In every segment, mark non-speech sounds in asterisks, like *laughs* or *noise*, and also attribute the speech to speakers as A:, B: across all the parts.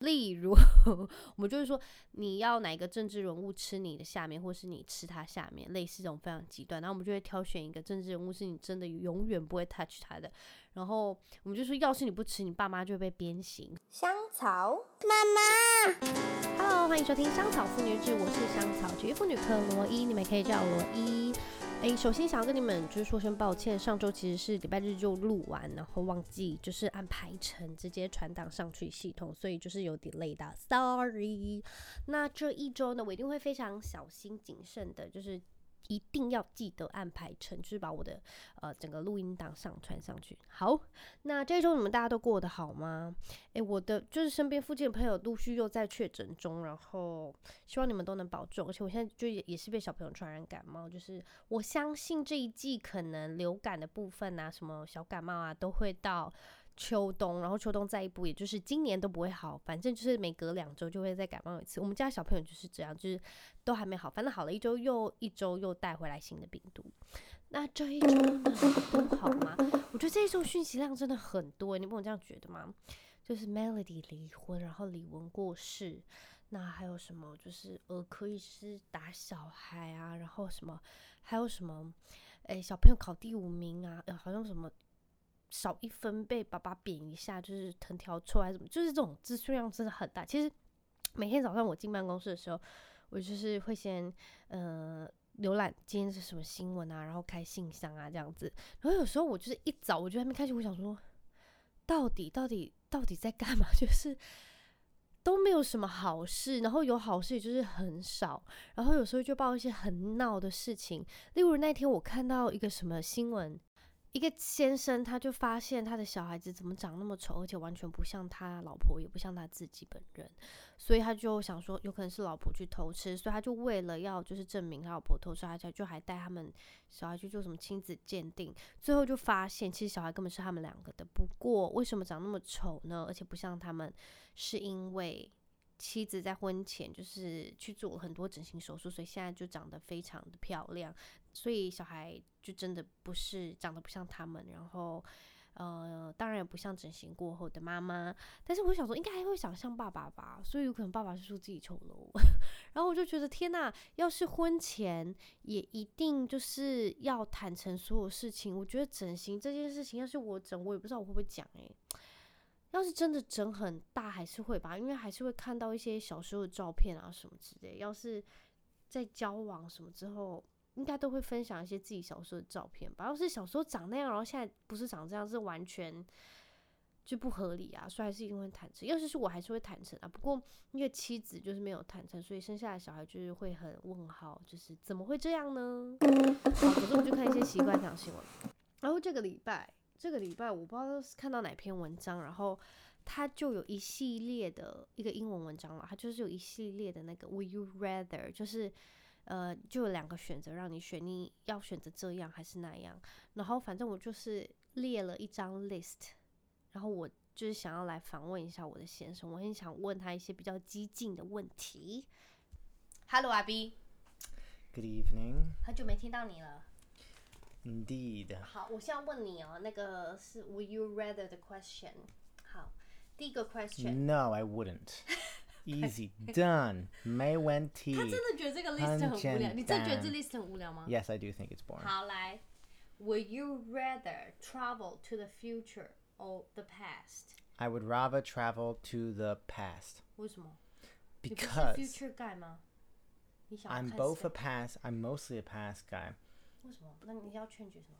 A: 例如， *laughs* 我们就是说，你要哪一个政治人物吃你的下面，或是你吃他下面，类似这种非常极端。然后我们就会挑选一个政治人物是你真的永远不会 touch 他的。然后我们就说，要是你不吃，你爸妈就会被鞭刑。
B: 香草
A: Hello，欢迎收听《香草妇女志》，我是香草职业妇女科罗伊，你们可以叫我罗伊。诶，首先想要跟你们就是说声抱歉，上周其实是礼拜日就录完，然后忘记就是按排程直接传档上去系统，所以就是有 delay 到，sorry。那这一周呢，我一定会非常小心谨慎的，就是一定要记得按排程，就是把我的呃整个录音档上传上去。好，那这一周你们大家都过得好吗？诶，我的就是身边附近的朋友陆续又在确诊中，然后希望你们都能保重。而且我现在就也也是被小朋友传染感冒，就是我相信这一季可能流感的部分啊，什么小感冒啊，都会到秋冬，然后秋冬再一步，也就是今年都不会好。反正就是每隔两周就会再感冒一次。我们家小朋友就是这样，就是都还没好，反正好了一周又一周又带回来新的病毒。那这一周呢不好吗？我觉得这一周讯息量真的很多、你不能这样觉得吗？就是 Melody 离婚，然后李玟过世，那还有什么就是儿科医师打小孩啊，然后什么还有什么，哎，小朋友考第五名啊，呃好像什么少一分被爸爸扁一下，就是藤条抽还是什么，就是这种资讯量真的很大。其实每天早上我进办公室的时候，我就是会先呃。浏览今天是什么新闻啊，然后开信箱啊，这样子。然后有时候我就是一早我就在那边开始，我想说，到底到底到底在干嘛？ *laughs* 就是都没有什么好事，然后有好事也就是很少，然后有时候就报一些很闹的事情。例如那天我看到一个什么新闻，一个先生他就发现他的小孩子怎么长那么丑，而且完全不像他老婆，也不像他自己本人，所以他就想说有可能是老婆去偷吃，所以他就为了要就是证明他老婆偷吃，他就还带他们小孩去做什么亲子鉴定，最后就发现，其实小孩根本是他们两个的。不过为什么长那么丑呢？而且不像他们，是因为妻子在婚前就是去做了很多整形手术，所以现在就长得非常的漂亮。所以小孩就真的不是长得不像他们，然后。呃，当然也不像整形过后的妈妈，但是我想说，应该还会长像爸爸吧，所以有可能爸爸是说自己丑陋。然后我就 *laughs* 觉得天呐，要是婚前也一定就是要坦诚所有事情。我觉得整形这件事情，要是我整，我也不知道我会不会讲诶、要是真的整很大，还是会吧，因为还是会看到一些小时候的照片啊什么之类。要是在交往什么之后，应该都会分享一些自己小时候的照片吧。要是小时候长那样，然后现在不是长这样，是完全就不合理啊。所以还是一定会坦诚。要是是我，还是会坦诚啊。不过因为妻子就是没有坦诚，所以生下来小孩就是会很问号，就是怎么会这样呢？好，可是我就看一些奇怪的新闻。然后这个礼拜，这个礼拜我不知道是看到哪篇文章，然后它就有一系列的一个英文文章了，它就是有一系列的那个 Would you rather，就是呃，就有两个选择让你选，你要选择这样还是那样。然后反正我就是列了一张 list，然后我就是想要来访问一下我的先生，我很想问他一些比较激进的问题。Hello，阿 B，
C: Good evening.
A: 很久没听到你了。
C: Indeed.
A: 好，我现在问你哦，那个是 Would you rather 的 question。好，第一个 question，、
C: No, I wouldn't. Easy. Done. May went
A: 他真的觉得这个 list 很无聊，你真的觉得这 list 很无聊吗
C: Yes, I do think it's boring.
A: 好，来，Would you rather travel to the future or the past？
C: I would rather travel to the past
A: 为什么？你不是
C: because
A: future guy 吗？你想要
C: I'm
A: 看
C: both
A: sky-
C: a past. I'm mostly a past guy.
A: 为什么？那你要劝绝什么？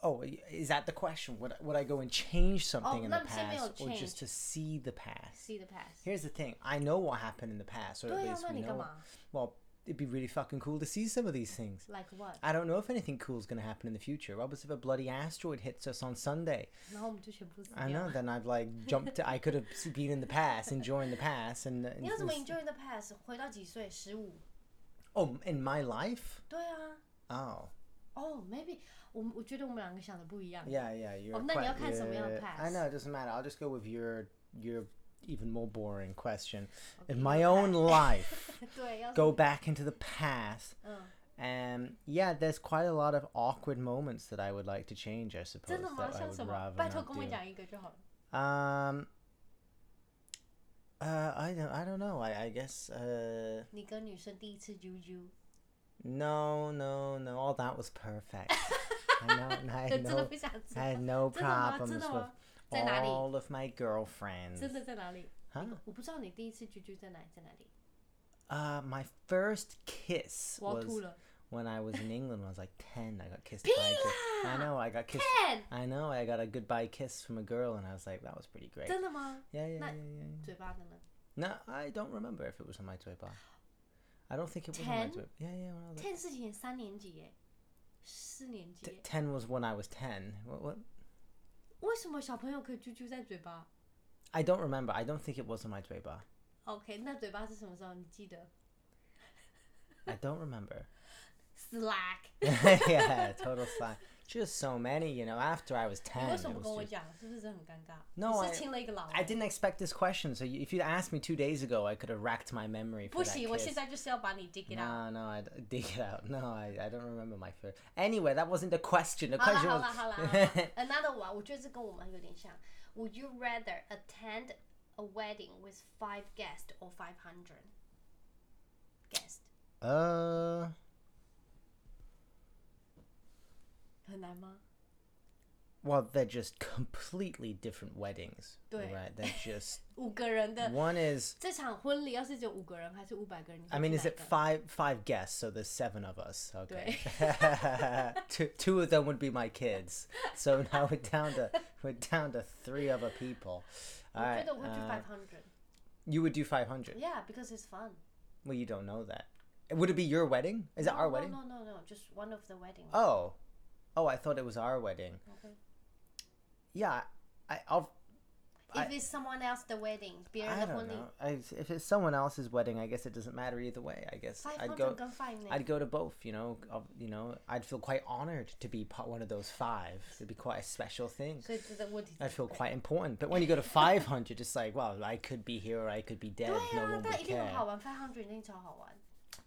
C: Oh, i- is that the question? Would I- would I go and change something in the
A: not saying
C: past,
A: you'll
C: or just
A: change.
C: to see the past?
A: See the past？
C: Here's the thing. I know what happened in the past, or
A: 对
C: at
A: 呀、啊，
C: least
A: 那
C: we
A: 你
C: know.
A: 干嘛
C: Well, it'd be really fucking cool to see some of these things.
A: ？Like what？
C: I don't know if anything cool is going to happen in the future. What was if a bloody asteroid hits us on Sunday?
A: 然后我们就全部死
C: I
A: 掉
C: know.。Then I'd like jump to. I could have been in the past, enjoying the past, and, uh, and
A: 你要怎么 enjoy the past？回到几岁？十五？
C: oh, in my life.
A: 对啊。
C: Oh,
A: 哦、m a y b e 我们我觉得我们两个想的不一样。
C: yeah, yeah. You're.
A: Oh, then
C: quite-
A: you'll catch some, you'll
C: you're- I
A: pass.
C: know. It doesn't matter. I'll just go with your your even more boring question. in my own life,
A: *laughs* 对，要是
C: go back into the past.
A: 嗯，
C: And yeah, there's quite a lot of awkward moments that I would like to change. I suppose.
A: 真的吗？
C: that I
A: 像
C: would
A: 什么？
C: rather
A: 拜托
C: not
A: 跟我
C: do.
A: 讲一个就好了。
C: Um, Uh, I don't. I don't know. I, I guess. Uh,
A: 你跟女生第一次啾啾，
C: no, no, no. All that
A: *laughs*
C: was perfect. I know. *laughs* I
A: 真
C: had
A: 真的
C: no.
A: 不想知
C: I
A: 道，
C: had no
A: 真的吗？
C: problems
A: 真
C: with
A: 的吗？在哪里？
C: all of my girlfriends.
A: *laughs* 真的在哪里？
C: Huh?
A: 我不知道你第一次啾啾在哪里，在哪里？
C: Uh, my first kiss
A: 我要
C: was
A: 吐了。
C: when I was in England. When I was like ten. I got kissed by. A girl. I know. I got kissed.
A: 看，
C: I know. I got a goodbye kiss from a girl, and I was like, that was pretty great.
A: 真的吗？
C: Yeah, yeah, yeah,
A: Not-
C: yeah. yeah.
A: 嘴巴的呢？
C: No, I don't remember if it was on my toy bar. I don't think it was on my
A: Ten?
C: toy. Yeah, yeah. When I was like,
A: 看是以前三年级耶，四年级
C: t-
A: 耶，
C: ten was when I was ten. What, what?
A: 为什么小朋友可以啾啾在嘴巴
C: I don't remember. I don't think it was on my toy bar.
A: ？OK，那嘴巴是什么时候？你记得
C: I don't remember. *laughs*
A: ？Slack，
C: yeah, total slack. Just so many, you know. After I was
A: 你
C: ten,
A: 为
C: it
A: 什么不
C: was
A: 跟我
C: just-
A: 讲？是不是真的很尴尬？
C: No,
A: 你
C: I-
A: 是亲了一个老
C: I
A: 人。
C: didn't expect this question. So you- if you'd asked me two days ago, I could have racked my memory for
A: 不
C: that
A: 行，我
C: kiss.
A: 现在就是要把你 dig it out。
C: No, no, I d- dig it out. No, I, I don't remember my first. Anyway, that wasn't the question. The
A: 好啦
C: question
A: 好
C: was
A: 啦好
C: *laughs*
A: 啦好啦，Another one，我觉得这跟我们有点像。Would you rather attend a wedding with five guests or five hundred guests？
C: *laughs* uh.
A: 很难吗？
C: Well, they're just completely different weddings.
A: Right.
C: Right?
A: *laughs*
C: They're just
A: 五个人的
C: one is
A: 这场婚礼要是只有五个人还是五百个人？你
C: I
A: 会
C: mean,
A: 去
C: is
A: 哪
C: it
A: 一个
C: five five guests? So there's seven of us. Okay.
A: 对
C: *laughs* two two of them would be my kids.
A: *laughs*
C: So now we're down to we're down to three other people.
A: 我
C: All
A: 觉
C: right.
A: 得我会去
C: uh,
A: five hundred。
C: you would do 500.
A: Yeah, because it's fun.
C: Well, you don't know that. Would it be your wedding? Is it
A: No,
C: our
A: no,
C: wedding?
A: No, no, no, just one of the wedding.
C: Oh. Oh, I thought it was our wedding.
A: Okay.
C: Yeah. I, I'll I-
A: If it's someone else the wedding，别人
C: I
A: 的婚
C: don't
A: 礼
C: know. I, if it's someone else's wedding, I guess it doesn't matter either way. I guess
A: ，five
C: I'd go.
A: hundred 跟 five 呢？
C: I'd go to both. You know, of- you know, I'd feel quite honored to be part one of those five. It'd be quite a special thing.
A: 所以这个问题
C: I'd feel quite important. But when you go to five hundred, it's like, wow, I could be here or I could be
A: 对
C: dead. No
A: 啊
C: one，
A: 但
C: would
A: 一定很
C: care.
A: 好玩，five hundred 一定超好玩，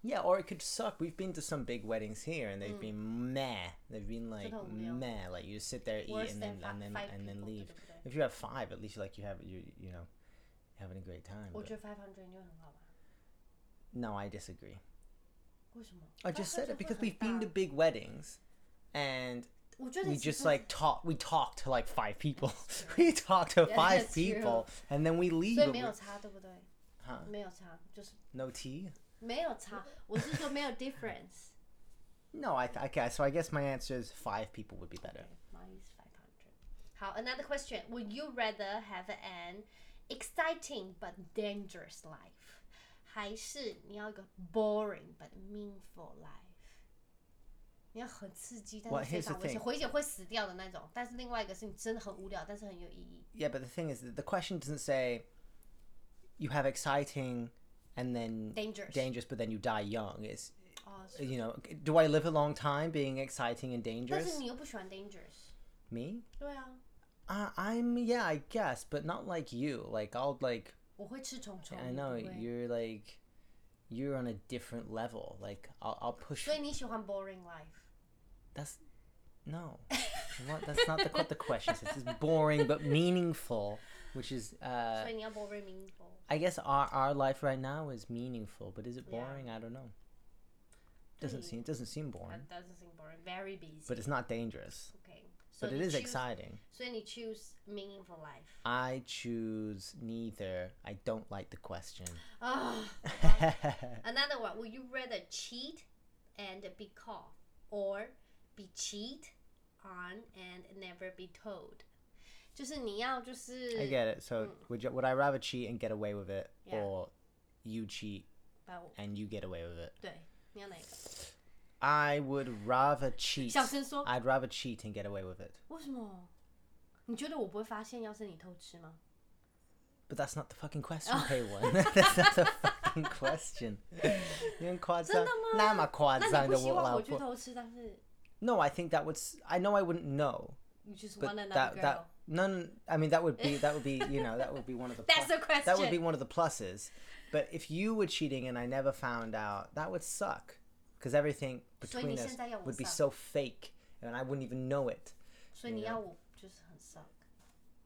C: Yeah, or it could suck. We've been to some big weddings here, and they've
A: Mm.
C: been meh. They've been like
A: Total meal.
C: meh. Like you sit there, eat,
A: Worse
C: and
A: than
C: then
A: fi-
C: and then
A: five
C: and then
A: people，对
C: leave.
A: 不对？
C: If you have five, at least like you have you you know having a great time.
A: 我
C: but-
A: 觉得 five hundred 因为很好玩，
C: no, I disagree.
A: 为什么
C: I just said it
A: Five hundred 会
C: because
A: 很
C: we've been to
A: 大
C: big weddings and
A: 我觉得
C: we
A: 你其
C: just
A: 实
C: like talk we talk to like five people. *laughs* we talk to
A: Yeah,
C: five
A: that's true.
C: people and then we leave
A: 所以
C: and
A: 没
C: we-
A: 有差，对不对？
C: huh?
A: 没有差，就是。
C: No tea?
A: 没有差，我是说没有 difference。
C: No, I th- okay, so I guess my answer is five people would be better.
A: Mine is five hundred. 好，another question. Would you rather have an exciting but dangerous life，还是你要一个 boring but meaningful life？你要很刺激，但
C: Well,
A: 是非
C: here's the
A: 常危
C: thing.
A: 险，危险会死掉的那种。但是另外一个是你真的很无聊，但是很有意义。
C: Yeah, but the thing is that the question doesn't say you have exciting and then
A: Dangerous. Oh,
C: dangerous but then you die young. It's
A: 哦，是
C: you know, do I live a long time being exciting and
A: 但
C: dangerous?
A: 是你又不喜欢 dangerous。
C: Me?
A: 对啊，
C: Uh, I'm yeah, I guess, but not like you. Like I'll like
A: 我会吃虫虫。
C: I
A: 你
C: know
A: 不会
C: you're like you're on a different level. Like I'll, I'll push.
A: 所以你喜欢 boring life。
C: That's no, what, that's not the, what the question is. It's boring but meaningful, which is
A: 所
C: uh,
A: 以你要 boring meaningful。
C: I guess our our life right now is meaningful, but is it
A: Yeah.
C: boring? I don't know. Doesn't
A: Really?
C: seem doesn't seem boring,
A: That doesn't seem boring. Very busy.
C: but it's not dangerous.
A: okay. So
C: But
A: you
C: it is
A: choose-
C: exciting.
A: So you choose meaningful life.
C: I choose neither. I don't like the question. *laughs*
A: Ah, another one. Would you rather cheat and be caught, or be cheat on and never be told? 就是你要就
C: I
A: 是
C: get it. So would you, would I rather cheat and get away with it,
A: Yeah.
C: or you cheat
A: 把我
C: and you get away with it?
A: 对，你要哪一个？
C: I would rather cheat.
A: 小声说，
C: I'd rather cheat and get away with it.
A: 为什么？你觉得我不会发现？要是你偷吃吗？
C: But that's not the fucking question, K1. *laughs* that's not the fucking question. 你很夸张，
A: 那你不希望我去
C: 那么夸张的我老婆。
A: 偷吃，但是
C: No, I think that would. s- I know I wouldn't know,
A: you just
C: but
A: want another
C: that
A: girl.
C: that none. I mean, that would be that would
A: *laughs*
C: be you know that would be one of the.
A: That's
C: plu-
A: the question.
C: That would be one of the pluses. But if you were cheating and I never found out, that would suck. Because everything between us
A: 所以你现在要我
C: would be
A: suck。
C: so fake and I wouldn't even know it.
A: 所以你要我就是很 suck。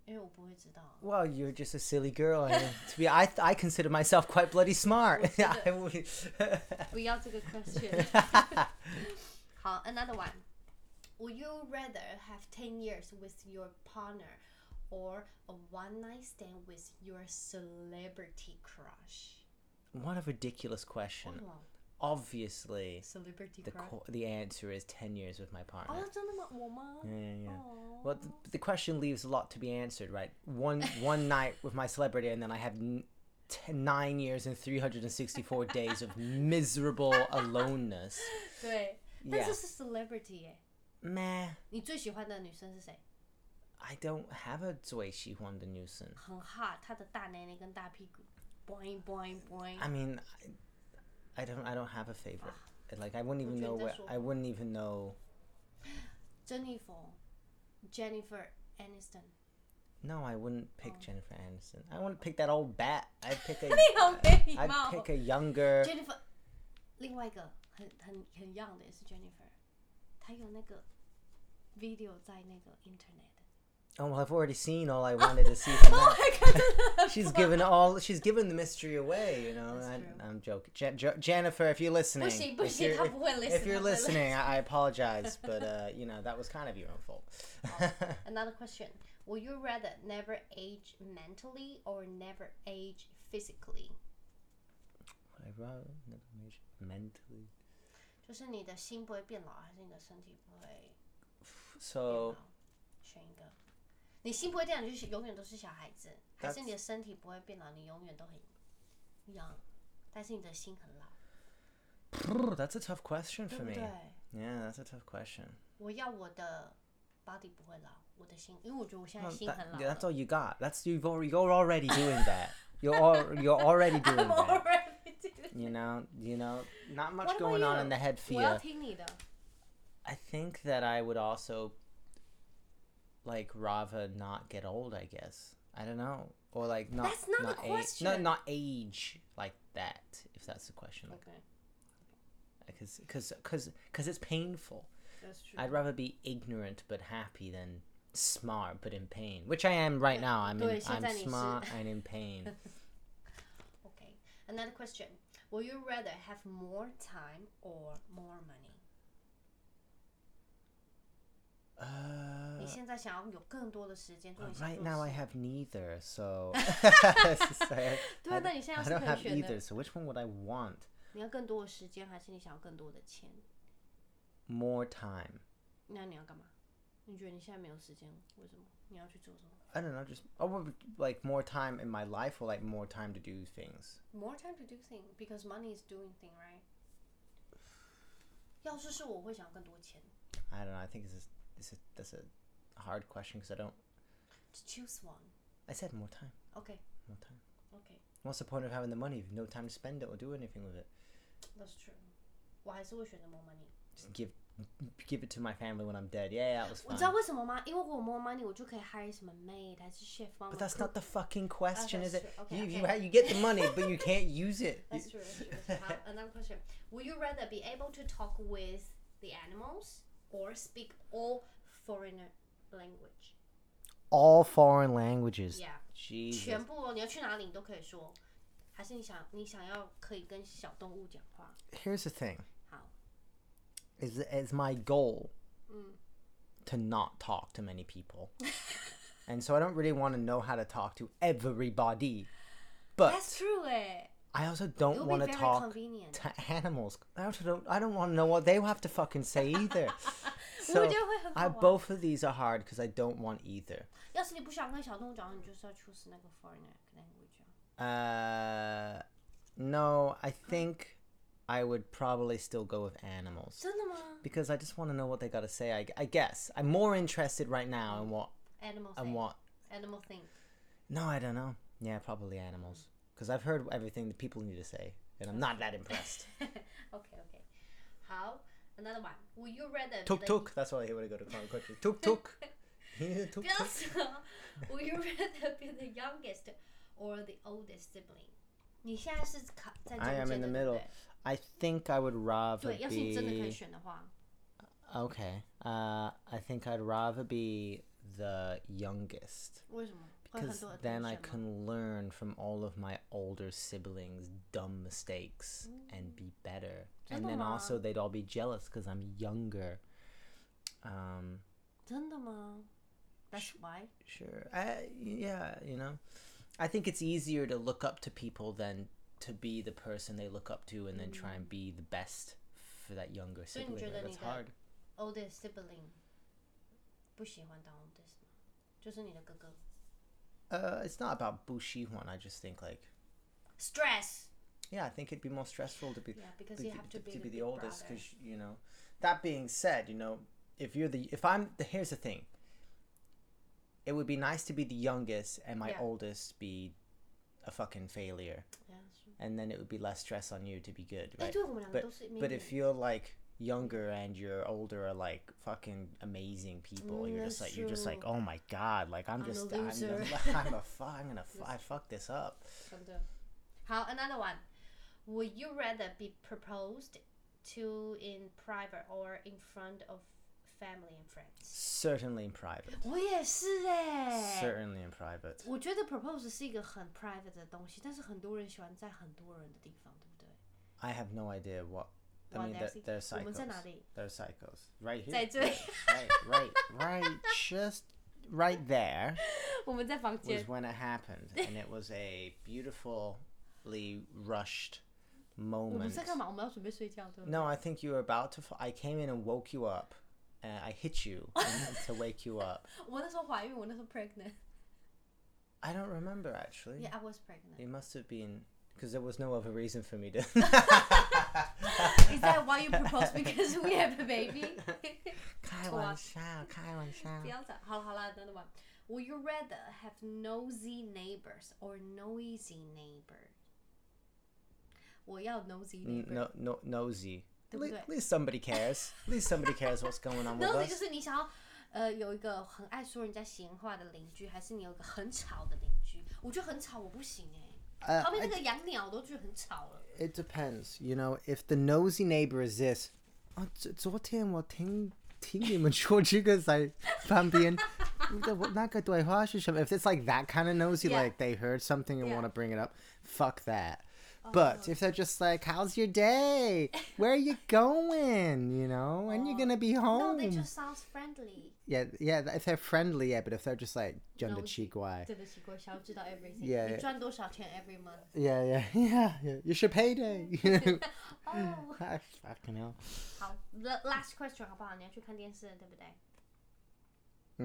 A: 因为我不会知道。
C: Well, you're just a silly girl. And *laughs* to be, I, I consider myself quite bloody smart. *laughs* I would-
A: 不要这个 question。好，another one。Would you rather have ten years with your partner or a one night stand with your celebrity crush？
C: what a ridiculous question.
A: 哇
C: Obviously,
A: ，celebrity
C: the
A: crush？
C: co- the answer is ten years with my partner.
A: 哦，真的吗？我吗？
C: Yeah, yeah, yeah.
A: 哦
C: Well, the, the question leaves a lot to be answered, right? One one night with my celebrity, and then I have n- t- nine years and three hundred and sixty-four days of miserable aloneness.
A: 对，但是是 celebrity 哎，
C: Meh.
A: 你最喜欢的女生是谁？
C: I don't have a Zuishi Honda Newson.
A: 很 hot，她的大奶奶跟大屁股，boing boing boing。
C: I mean, I, I don't. I don't have a favorite. Like I wouldn't even
A: Would you
C: know where.
A: just-
C: I wouldn't even know.
A: Jennifer Jennifer Aniston。
C: No, I wouldn't pick Jennifer Aniston. I wouldn't pick that old bat. I'd pick a.
A: 你好没礼
C: I'd
A: 貌。
C: pick a younger.
A: Jennifer，另外一个很很很 young 的也是 Jennifer，她有那个 video 在那个 internet。Oh
C: Oh well, I've already seen all I wanted to see from that.
A: *laughs*
C: She's given all. She's given the mystery away. You know.
A: That's
C: I,
A: true.
C: I'm joking. Jan- jo- Jennifer, if you're listening,
A: 不行不
C: if
A: 行，
C: you're,
A: 她不会 listen。
C: if you're listening, I, I apologize, but uh, you know that was kind of your own
A: *laughs*
C: fault.
A: Another question: Would you rather never age mentally or never age physically？
C: I wrote mentally.
A: 就是你的心不会变老，还是你的身体不会变
C: So
A: 老？选一个。你心不会变老，你就是永远都是小孩子；还是
C: That's-
A: 你的身体不会变老，你永远都很 young，但是你的心很老，
C: that's a tough question
A: 对
C: for
A: 不
C: me.
A: 对？
C: Yeah, that's a tough question.
A: 我要我的 body 不会老，我的心，因为我觉得我现在
C: Well,
A: 心
C: that-
A: 很老
C: yeah,
A: 了
C: that's。all you got. That's you've already, you're already doing that. You're al- you're already
A: *laughs*
C: doing
A: I'm
C: that.
A: already *laughs* doing-
C: You know, you know, not much
A: What about
C: going on
A: you?
C: in the head for
A: 我要
C: you.
A: 听你的，
C: I think that I would also like Rava not get old. I guess I don't know, or like not
A: That's not a
C: not age, no,
A: question.
C: not age like that. If that's the question,
A: Okay,
C: because because because because it's painful.
A: that's true.
C: I'd rather be ignorant but happy than smart but in pain, which I am right now. I'm in,
A: 对，
C: I'm
A: 现在你是。
C: smart and in pain.
A: *laughs* Okay, another question. Would you rather have more time or more money？
C: Uh,
A: 你现在想要有更多的时间做你想
C: 啊 right
A: 做的
C: now I
A: 事
C: have neither, so
A: *laughs*
C: *laughs* It's just like,
A: 对啊，那你现
C: I
A: 在是
C: don't
A: 可以
C: have
A: 选的
C: either. So which one would I want?
A: 你要更多的时间，还是你想要更多的钱？
C: More time.
A: 那你要干嘛？你觉得你现在没有时间，为什么？你要去做什么
C: I don't know, just I would like more time in my life or like more time to do things.
A: ？More time to do things because money is doing thing, right？要是是我会想更多钱。
C: I don't know. I think this is this is that's a hard question because I don't.
A: To choose one.
C: I said more time,
A: Okay,
C: more time.
A: okay,
C: What's the point of having the money if you've no time to spend it or do anything with it?
A: that's true. 我还是会选择 more money。
C: Just give give it to my family when I'm dead. Yeah, that was
A: 我知道
C: fun.
A: 为什么吗？因为我有 more money，我就可以 hire 什么 maid 还是 chef 帮我
C: But
A: 们
C: that's
A: cook。
C: not the fucking question,
A: Okay,
C: is it?
A: sure. Okay,
C: You, you
A: okay.
C: ha- you get the money, but you can't use it.
A: That's
C: *laughs*
A: true. That's true. that's true. 好，another question. Would you rather be able to talk with the animals or speak all foreigner language?
C: All foreign languages.
A: Yeah.
C: Jesus.
A: 全部哦，你要去哪里你都可以说，还是你想你想要可以跟小动物讲话？
C: Here's the thing.
A: How?
C: Is is my goal
A: Mm.
C: to not talk to many people. *laughs* and so I don't really want to know how to talk to everybody. But
A: That's true. 哎
C: I also
A: ，It
C: don't
A: would
C: want
A: be
C: to
A: very
C: talk
A: convenient.
C: to animals. I also don't I don't want to know what they have to fucking say either.
A: *laughs* 我觉
C: so
A: 得会很好
C: I
A: 玩。
C: both of these are hard because I don't want either.
A: 要是你不想跟小动物讲，你就是要 choose 那个 foreigner language 啊。
C: Uh no, I think I would probably still go with animals.
A: 真的吗
C: because I just want to know what they got to say. I, I guess I'm more interested right now in what
A: ？Animal
C: and
A: thing.
C: what.
A: Animal thing.
C: No, I don't know. Yeah, probably animals because I've heard everything that people need to say, and I'm not that impressed.
A: Okay, okay. 好，another one. Would you rather be
C: tuk
A: the- *laughs*
C: tuk. That's why I hear when I go to foreign countries. Tuk tuk. *laughs* Yeah, tuk
A: 不要
C: tuk.
A: *laughs* 说。Would you rather be the youngest or the oldest sibling? 你现在是卡在
C: I
A: 中
C: am
A: 间
C: in the
A: 的，对不
C: middle.
A: 对？
C: I think I would rather
A: 对，要是你真的可以
C: be
A: 选的话，
C: okay. Uh, I think I'd rather be the youngest
A: 为什么？会很
C: because
A: 多
C: then I
A: attention 吗
C: can learn from all of my older siblings' dumb mistakes and be better. And then
A: Gentleman.
C: also they'd all be jealous because I'm younger. Um,
A: 真的吗？That's why
C: sure. I, yeah, you know, I think it's easier to look up to people than to be the person they look up to and then try and be the best for that younger
A: So you
C: sibling.
A: 觉得你
C: That's
A: 的
C: hard.
A: oldest sibling 不喜欢当 oldest 吗？就是你的哥哥
C: Uh, it's not about bushy one. I just think like,
A: stress。
C: yeah, I think it'd be more stressful to be
A: Yeah, because you have to be the big
C: oldest
A: brother.
C: because you know. That being said, you know, if you're the if I'm the here's the thing. It would be nice to be the youngest and my
A: Yeah.
C: oldest be a fucking failure,
A: Yeah, that's true.
C: and then it would be less stress on you to be good,
A: 哎，
C: right?
A: 对我们两个
C: But
A: 都是
C: but
A: maybe
C: if you're like younger and you're older are like fucking amazing people
A: Mm,
C: you're just
A: that's
C: like you're just like
A: true.
C: oh my god like i'm
A: I'm a
C: just I'm,
A: loser.
C: I'm a fu- i'm
A: *laughs*
C: gonna fu- I fuck this up
A: 真的。好，another one。Would you rather be proposed to in private or in front of family and friends？
C: certainly in private
A: 我也是哎、
C: certainly in private
A: 我觉得 propose 是一个很 private 的东西，但是很多人喜欢在很多人的地方，对不对？
C: I have no idea what. I
A: What
C: mean,
A: they're
C: they're,
A: seeking. Oh,
C: they're
A: when's
C: psychos.
A: that not it?
C: They're psychos. Right here.
A: 在这里，
C: right, right,
A: *laughs*
C: right. Just right there
A: 我们在房间
C: was。when it happened. And it was a beautifully rushed
A: 我们
C: moment.
A: 在干嘛？我们要准备睡觉，对不对？
C: No, I think you were about to. Fall. I came in and woke you up. Uh, I hit you and- to wake you up.
A: 我那时候怀孕，我那时候 pregnant。
C: I don't remember actually.
A: Yeah, I was pregnant.
C: It must have been because there was no other reason for me to. *laughs*
A: Is that why you proposed because we have a baby? *laughs*
C: 开玩笑，开玩笑。
A: 不要讲，好了好了，another one。Would you rather have nosy neighbors or noisy neighbor？我要 nosy
C: N-
A: neighbor。
C: 嗯
A: *laughs*
C: no, no, nosy.
A: Don't
C: Le-
A: do it.
C: At least somebody cares. At least somebody cares what's going on with
A: nosy 就
C: us.
A: 是你想要，呃，有一个很爱说人家闲话的邻居，还是你有一个很吵的邻居？我觉得很吵，我不行哎、
C: Uh,
A: 旁边
C: I-
A: 那个养鸟我都觉得很吵了。
C: it depends. You know, if the nosy neighbor is this, "Oh, 昨- *laughs* 昨天我听-听你们说这个在旁边，那个对话是什么?" if it's like that kind of nosy,
A: Yeah.
C: like they heard something and
A: Yeah. Oh.
C: want to bring it up, fuck that. But if they're just like, "How's your day? Where are you going?" You know, when you gonna be
A: Oh. No,
C: home?
A: they just sounds friendly.
C: Yeah, yeah. If they're friendly, yeah. But if they're just like
A: Nosy.
C: 真的奇怪，
A: 真的奇怪，想要知道 everything。
C: Yeah,
A: 你
C: yeah.
A: 赚多少钱 every month？
C: Yeah, yeah, *laughs* yeah, yeah. You should pay day. *laughs*
A: 哦，
C: I Ah, fucking hell.
A: 好，la-，last question 好不好？你要去看电视了，对不对？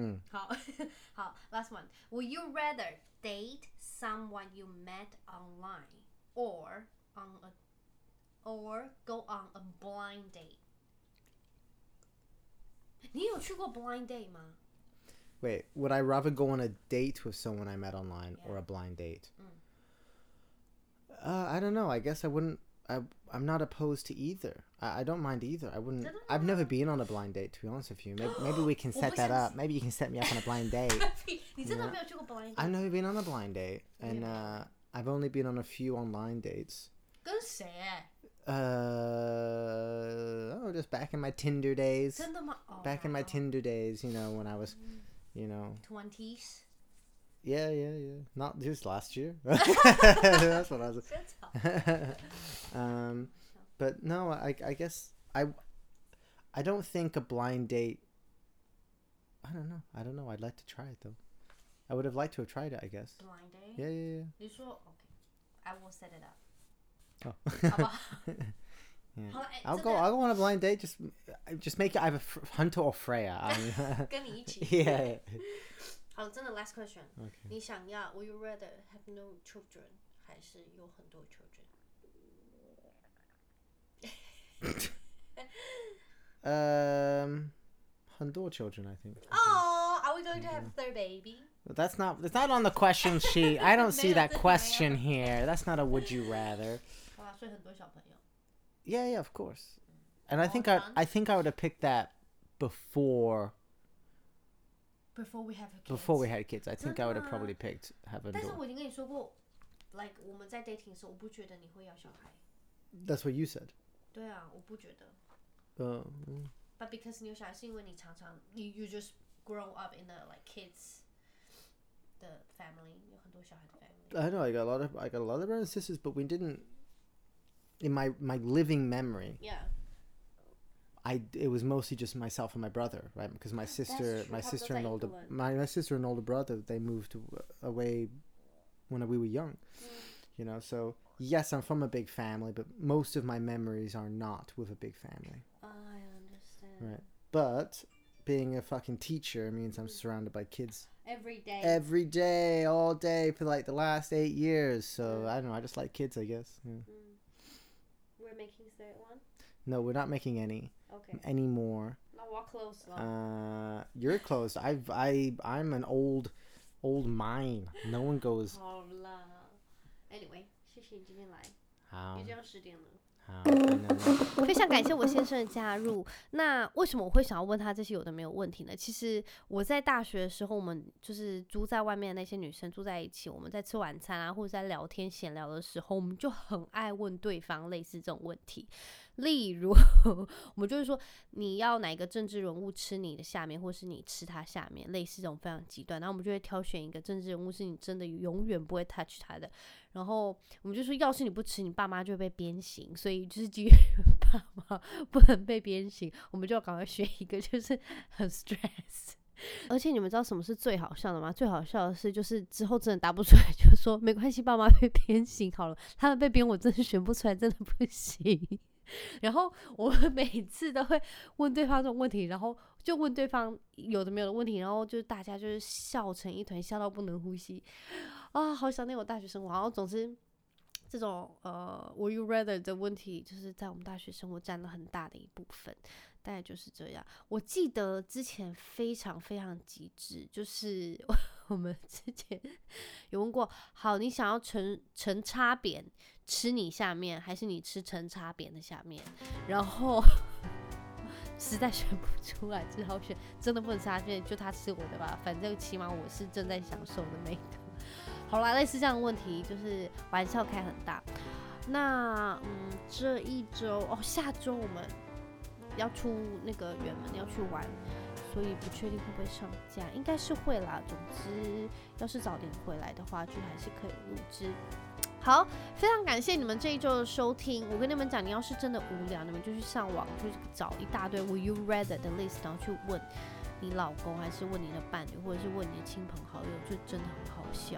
C: Mm.
A: 好 *laughs* 好，last one. Would you rather date someone you met online or on a or go on a blind date? 你有去过 blind date 吗？ *laughs*
C: Wait, would I rather go on a date with someone I met online or a blind date? Uh, I don't know. I guess I wouldn't. I, I'm not opposed to either. I, I don't mind either. I wouldn't. I've never been on a blind date, to be honest with you. *gasps* Maybe, maybe we can set that up. Maybe you can set me up on a blind date. *laughs*
A: 你真的没有去过 blind date？
C: I've never been on a blind date, and uh, I've only been on a few online dates.
A: 跟谁、欸？
C: Uh, oh, just back in my Tinder days.
A: 真的吗？哦、
C: back in my Tinder days, you know, when I was, you know,
A: twenties，
C: yeah, yeah, yeah. Not just last year. *laughs* That's what I was. *laughs*
A: 真吵。
C: um, but no, I, I guess I, I don't think a blind date. I don't know. I don't know. I'd like to try it though. I would have liked to have tried it. I guess.
A: blind date？
C: Yeah, yeah,
A: 你说 OK，I、will set it up，
C: yeah.
A: 好
C: Oh.
A: 不好？好了，哎、
C: *laughs* I'll
A: 真
C: go.
A: 的
C: I'll go on a blind date. Just, just make it either Fr- Hunter or Freya. I mean, *laughs*
A: 跟你一起。
C: yeah. *laughs*
A: 好了，真的 last question。
C: Okay.
A: 你想要 Would you rather have no children，还是有很多 children？
C: Um, Hundor children, I think.
A: Oh, are we going to have a third baby？
C: But that's not that's not on the question sheet. I don't see
A: Man,
C: that
A: this man.
C: question here. That's not a would you rather.
A: 好吧，所以很多小朋友。
C: Yeah, yeah, of course. And I think I
A: done.
C: I think I would have picked that before
A: Before we have a kid。
C: before we had kids. I think I would have
A: Done.
C: probably picked have a
A: 但是
C: door.
A: 我已经跟你说过，like 我们在 dating 的时候，我不觉得你会要小孩。
C: That's what you said.
A: 对啊，我不觉得。
C: Uh, mm.
A: But because 你有小孩，是因为你常常 you you just grow up in a like kids 的 family，有很多小孩的 family。
C: I know I got a lot of I got a lot of brothers and sisters, but we didn't. In my my living memory,
A: Yeah，
C: I it was mostly just myself and my brother, right? Because my sister,
A: true. How
C: my
A: does
C: sister
A: that
C: and older,
A: influence?
C: my, my sister and older brother, they moved aw- away when we were young.
A: Mm.
C: You know, so yes, I'm from a big family, but most of my memories are not with a big family,
A: I understand.
C: right? But being a fucking teacher means I'm surrounded by kids
A: Every day.
C: every day, all day for like the last eight years. So I don't know. I just like kids, I guess. Yeah.
A: Mm. We're making third one.
C: No, we're not making any
A: Okay.
C: anymore.
A: Now walk close. love.
C: Uh, you're closed. I've I I'm an old old mine. No one goes
A: 好啦。Anyway，谢谢你今天来，
C: how
A: 也这样十点了。
C: how. and then, uh,
A: 非常感谢我先生的加入。那为什么我会想要问他这些有的没有问题呢？其实我在大学的时候，我们就是租在外面的那些女生住在一起，我们在吃晚餐啊，或者在聊天闲聊的时候，我们就很爱问对方类似这种问题。例如， *laughs* 我们就是说你要哪一个政治人物吃你的下面，或是你吃他下面，类似这种非常极端。然后我们就会挑选一个政治人物是你真的永远不会 touch 他的。然后我们就说，要是你不吃，你爸妈就会被鞭刑。所以就是基于爸妈不能被鞭刑， *laughs* 我们就要赶快选一个， *laughs* 就是很 stress。而且你们知道什么是最好笑的吗？最好笑的是，就是之后真的答不出来，就说没关系，爸妈被鞭刑好了。他们被鞭，我真的选不出来，真的不行。 *laughs* 然后我们每次都会问对方这种问题，然后就问对方有的没有的问题，然后就大家就是笑成一团，笑到不能呼吸啊！好想念我大学生活。然后总之，这种呃，Would you rather 的问题，就是在我们大学生活占了很大的一部分，大概就是这样。我记得之前非常非常极致，就是 *laughs* 我们之前有问过，好，你想要陈陈差扁吃你下面，还是你吃陈差扁的下面？然后 *laughs* 实在选不出来，只好选真的不能差扁，就他吃我的吧，反正起码我是正在享受的那一个。好啦，类似这样的问题，就是玩笑开很大。那嗯，这一周哦，下周我们要出那个远门，要去玩，所以不确定会不会上架，应该是会啦。总之，要是早点回来的话，就还是可以录制。好，非常感谢你们这一周的收听。我跟你们讲，你要是真的无聊，你们就去上网去找一大堆 Will you rather 的 list，然后去问你老公，还是问你的伴侣，或者是问你的亲朋好友，就真的很好笑。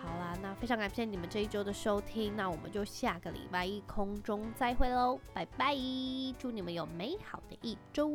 A: 好啦，那非常感谢你们这一周的收听，那我们就下个礼拜一空中再会喽，拜拜！祝你们有美好的一周。